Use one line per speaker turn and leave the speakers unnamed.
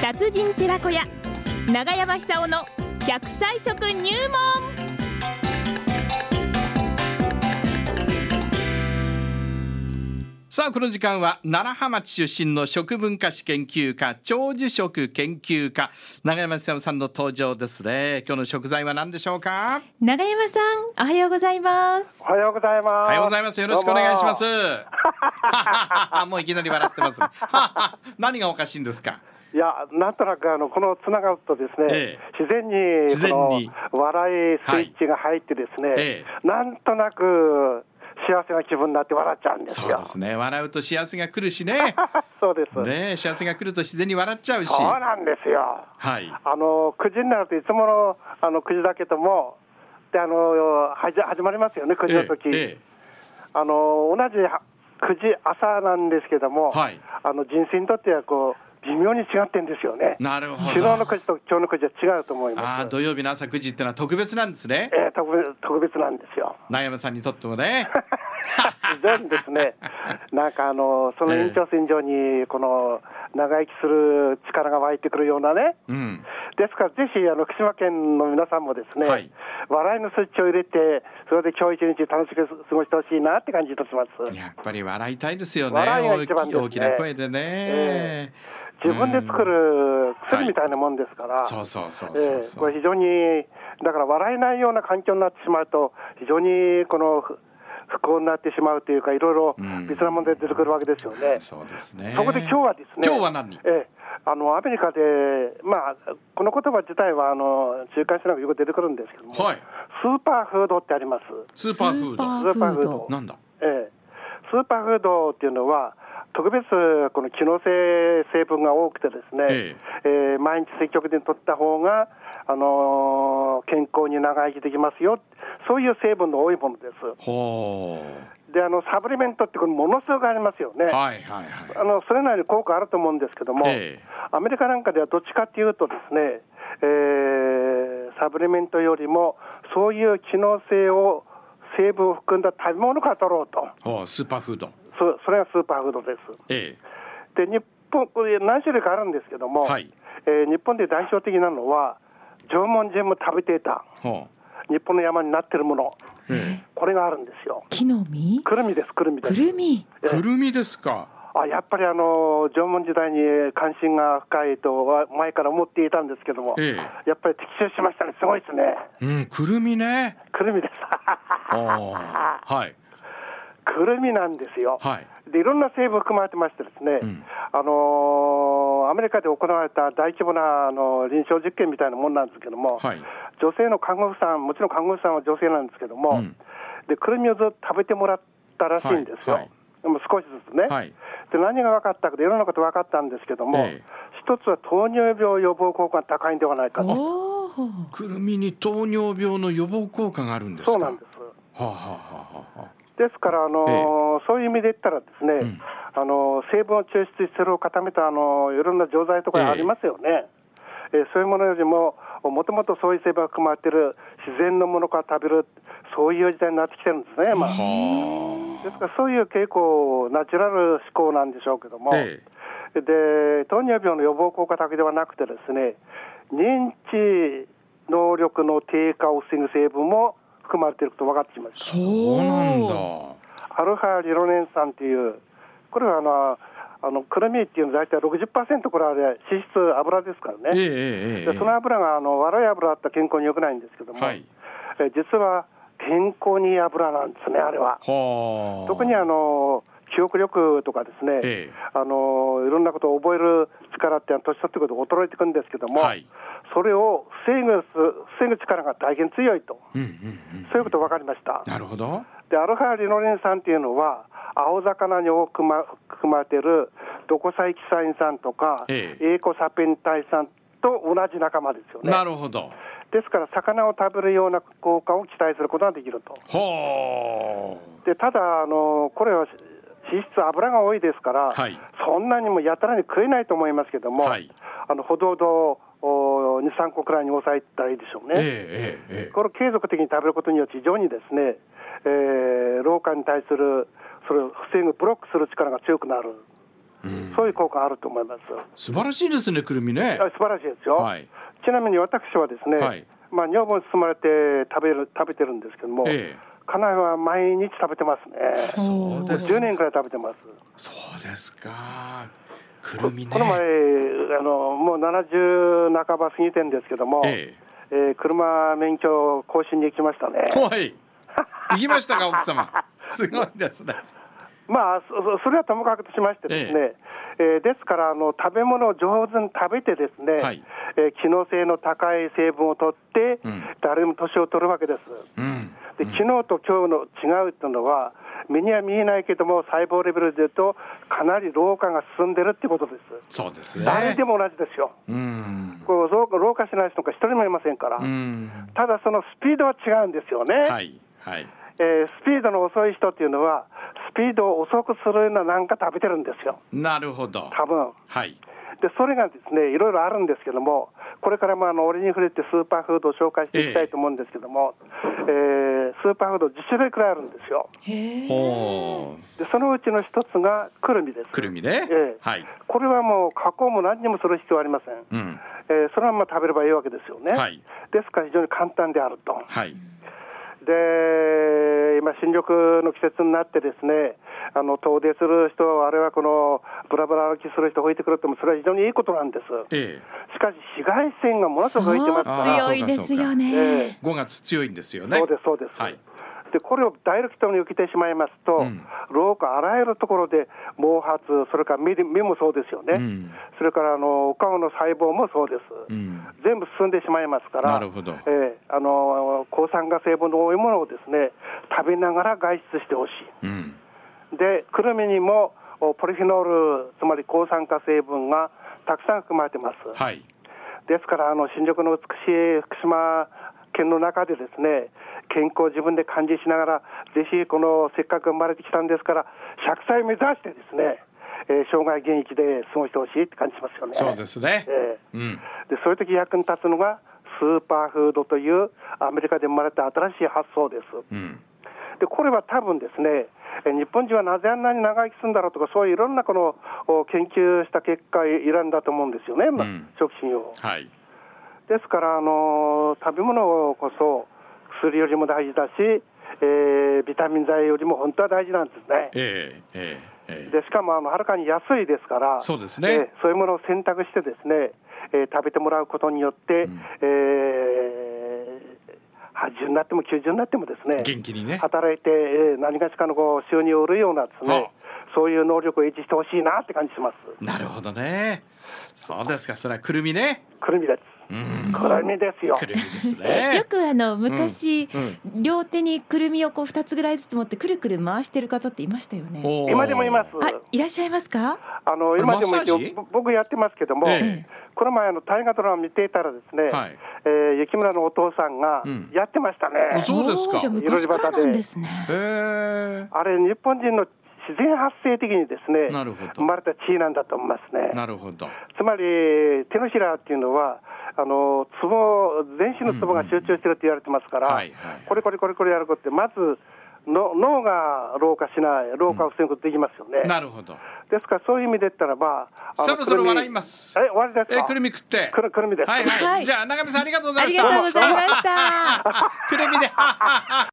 達人寺子屋長山久夫の100歳食入門
さあこの時間は楢葉町出身の食文化史研究家長寿食研究家長山久夫さんの登場ですね今日の食材は何でしょうか
長山さんおはようございます
おはようございます。お
おはようございますよろしくお願いします
い
もういきなり笑ってます 何がおかしいんですか
や、なんとなくあのこのつながるとですね、
ええ
自然に
自然に
その笑いスイッチが入ってですね、
え
なんとなく幸せな気分になって笑っちゃうんです
そう
よ
で。すね笑うと幸せが来るし ね
そうです。
ね幸せが来ると自然に笑っちゃうし
そうなんですよ。
はい
あの9時になるといつものあの9時だけども、であのはじ始まりますよね9時の時。
ええ
あの同じは9時朝なんですけども、
はい
あの人生にとってはこう微妙に違ってんですよね。
なるほど
昨日の9時と今日の9時は違うと思い
あ
ま
あ
す。
土曜日の朝9時ってのは特別なんですね
えー、特別特別なんで すよ。
長山さんにとっても ね
非常にですね、なんかあのその延長線上にこの長生きする力が湧いてくるようなね。
うん
ですからぜひあの福島県の皆さんもですね、
はい
笑いのスイッチを入れてそれで今日一日楽しく過ごしてほしいなって感じいたします。
やっぱり笑いたいですよね
笑いが一番
大き
ですね
大きな声でね、
え自分で作る薬みたいなもんですから、
そうそうそうそ
え
う
え
そ
こ
う、
れ非常に、だから笑えないような環境になってしまうと、非常にこのふ不幸になってしまうというか、いろいろ
うん
別な問題出てくるわけですよね。
そうですね
そこで今日はですね、
今日は何
ええあのアメリカで、まあ、この言葉自体はあの週刊誌なんかよく出てくるんですけども、
はい
スーパーフードってありま
ス
す。
ーパーフー
ス
ド
ーパーフード
なんだ
ええ、スーパーフードっていうのは、特別この機能性成分が多くてですね、
え
えー毎日積極的に取った方が、あのー健康に長生きできますよ、そういう成分の多いものです。
ほ
で、あのサプリメントってこれものすごくありますよ
う
ね。
はいはいはい
あのそれなりに効果あると思うんですけども、
ええ
アメリカなんかではどっちかっていうとですね、えーサプリメントよりもそういう機能性を成分を含んだ食べ物から取ろうと。
ほうスーパーフード
そそれがスーパーフードです。
え
で日本これ何種類かあるんですけども、
はい
えー日本で代表的なのは縄文人も食べていた
えほ
日本の山になってるもの
う、え
これがあるんですよ
木の実
くるみですくるみで
く
す
るみ
えくるみですか
あやっぱりあの縄文時代に関心が深いとは前から思っていたんですけども、
え
やっぱり的中しましたねすごいですね
うんくるみね
くるみです
ああはい
くるみなんですよ
はい
でいろんな成分含まれてましてですね、
うん
あのーアメリカで行われた大規模な、あのー臨床実験みたいなもんなんですけども、
はい
女性の看護婦さんもちろん看護婦さんは女性なんですけども、
うん
でくるみをずっと食べてもらったらしいんですよ、
はいはい
でも少しずつね、
はい
で何が分かったかでいろんなこと分かったんですけども、
ええ
一つは糖尿病予防効果が高いんではないかと
おお
くるみに糖尿病の予防効果があるんですか
そうなんです
はあ、はあはあはあ、
ですから、あのーそういう意味で言ったらですね、
うん
あのー成分を抽出してそれを固めた、あのーいろんな錠剤と
ええ
かありますよね、えーそういうものよりも、もともとそういう成分が含まれてる自然のものから食べる、そういう時代になってきてるんですね、まあ、ですからそういう傾向、ナチュラル思考なんでしょうけども、
え
で糖尿病の予防効果だけではなくて、ですね認知能力の低下を防ぐ成分も含まれていること分かってきました。
そうなんだ
アルファリロレン酸っていう、これはあの、あのくるみっていうのは大体60%これあれ脂質油ですから
ええ
ね。
えええ
でその油があの悪い油だったら健康に良くないんですけども、
はい
え実は健康にいい油なんですねあれは。
はあ
特にあの記憶力とかですね、
ええ
あのいろんなことを覚える力っていうのは年取ってくると衰えていくんですけども、
はい
それを防ぐ防ぐ力が大変強いと、
うんうんうん
そういうこと分かりました。
なるほど
でアルファリノレン酸っていうのは青魚に多く含ま含まれてるドコサイキサイン酸とか、
え
エーコサペンタイ酸と同じ仲間ですよね
なるほど
ですから魚を食べるような効果を期待することができると
は
でただあのこれは脂質油が多いですから、
はい
そんなにもやたらに食えないと思いますけども、
はい
あのほどほど23個くらいに抑えたらいいでしょう
あ
ね。
えええええ
これを継続的に食べることによって非常にですね、えー老化に対するそれを防ぐブロックする力が強くなる
え
そういう効果があると思います。
素晴らしいですねくるみね
あ素晴らしいですよ。
はい
ちなみに私はですね、
はい
まあ女房に包まれて食べる食べてるんですけども、
ええ
家内は毎日食べてますね。
そうで
10
す
年くらい食べてます。
そうですかくるみね
この前あのもう70半ば過ぎてんですけども、
え
えー車免許更新に行きましたね。
えはい行きましたか奥様すごいです ね
まあそそそれはともかくとしましてですね、えーですからあの食べ物を上手に食べてですね、
はい
えー機能性の高い成分を取って、
うん
誰も年を取るわけです。
うん
で昨日と今日の違うというのは目には見えないけども細胞レベルで言うとかなり老化が進んでるってことです。
そうですね
誰でも同じですよ。
うん
こう老化老化しない人が一人もいませんから。
うん
ただそのスピードは違うんですよね。
はいはい
えースピードの遅い人っていうのはスピードを遅くするようななんか食べてるんですよ。
なるほど
多分。
はい
でそれがですねいろいろあるんですけどもこれからもあの折に触れてスーパーフードを紹介していきたいと思うんですけども、えースーパーフード10種類くらいあるんですよ
ほう
でそのうちの一つがくるみです
くるみね
ええ
はい
これはもう加工も何にもする必要はありません、
うん
えーそのまま食べればいいわけですよね、
はい
ですから非常に簡単であると
はい
で今新緑の季節になってですねあの遠出する人あるいはこのブラブラ歩きする人を置いてくるってもそれは非常にいいことなんです
ええ
しかし紫外線がものす
そう
ごく吹いてますから
強いですよ
え
ね。
5月強いんですよね
そうです、そうです。
はい
でこれをダイレクトに受けてしまいますと、
うん
老化あらゆるところで毛髪、それから目で目もそうですよね、
うん
それからあのお顔の細胞もそうです、
うん
全部進んでしまいますから、
なるほど
ええあの抗酸化成分の多いものをですね食べながら外出してほし
うん
い。でくるみにもおポリフェノールつまり抗酸化成分がたくさん含まれてます。
はい
ですからあの新緑の美しい福島県の中でですね健康を自分で感じしながらぜひこのせっかく生まれてきたんですから100歳目指してですね、えー生涯現役で過ごしてほしいって感じしますよね。
そうですね
ええ
うん
でそういう時役に立つのがスーパーフードというアメリカで生まれた新しい発想です。
うん
でこれは多分ですねえー日本人はなぜあんなに長生きするんだろうとかそういういろんなこのお研究した結果選んだと思うんですよね、まあ
うん
食品を。
はい
ですから、あの食べ物こそ薬よりも大事だし、えービタミン剤よりも本当は大事なんですね。
ええええええ
でしかもあのはるかに安いですから、
そうですね
えーそういうものを選択してですね、えー食べてもらうことによって、えー80になっても90になってもですね、
元気にね
働いて、えー何がしかのこう収入を得るようなですね、
はあ
そういう能力を維持してほしいなって感じします。
なるほどねそうですかそれはくるみね
くるみです。
うん
くるみですよ。
くるみです
よ
ね
くあの昔、
うん
両手にくるみをこう二つぐらいずつ持ってくるくる回してる方っていましたよね。
おー
今でもいます。
あ、いらっしゃいますか？
あの
れ
今でも一応
マッサージ
ぼ僕やってますけども、
ええ
この前あの大河ドラマ見ていたらですね、
はい
えー雪村のお父さんが
うん
やってましたね。
あそうです
お
か
ーじゃあ昔からなんですね。
へえ
あれ日本人の自然発生的にですね、
なるほど
生まれた地位なんだと思いますね。
なるほど
つまり手のひらっていうのはあのツボ全身のツボが集中してるって言われてますから、
うんうんはいはい
これこれこれこれやることってまずの脳が老化しない老化を防ぐことできますよね。
なるほど
ですからそういう意味で言ったらば、あの
そろそろ
くるみ
笑います
え、終わりです
え
か。
くるみ食って
くるくるみです。
はいはい、
はい
じゃあ長見さんありがとうご
あ
ざいま
り
した
がとうございました。
くるみで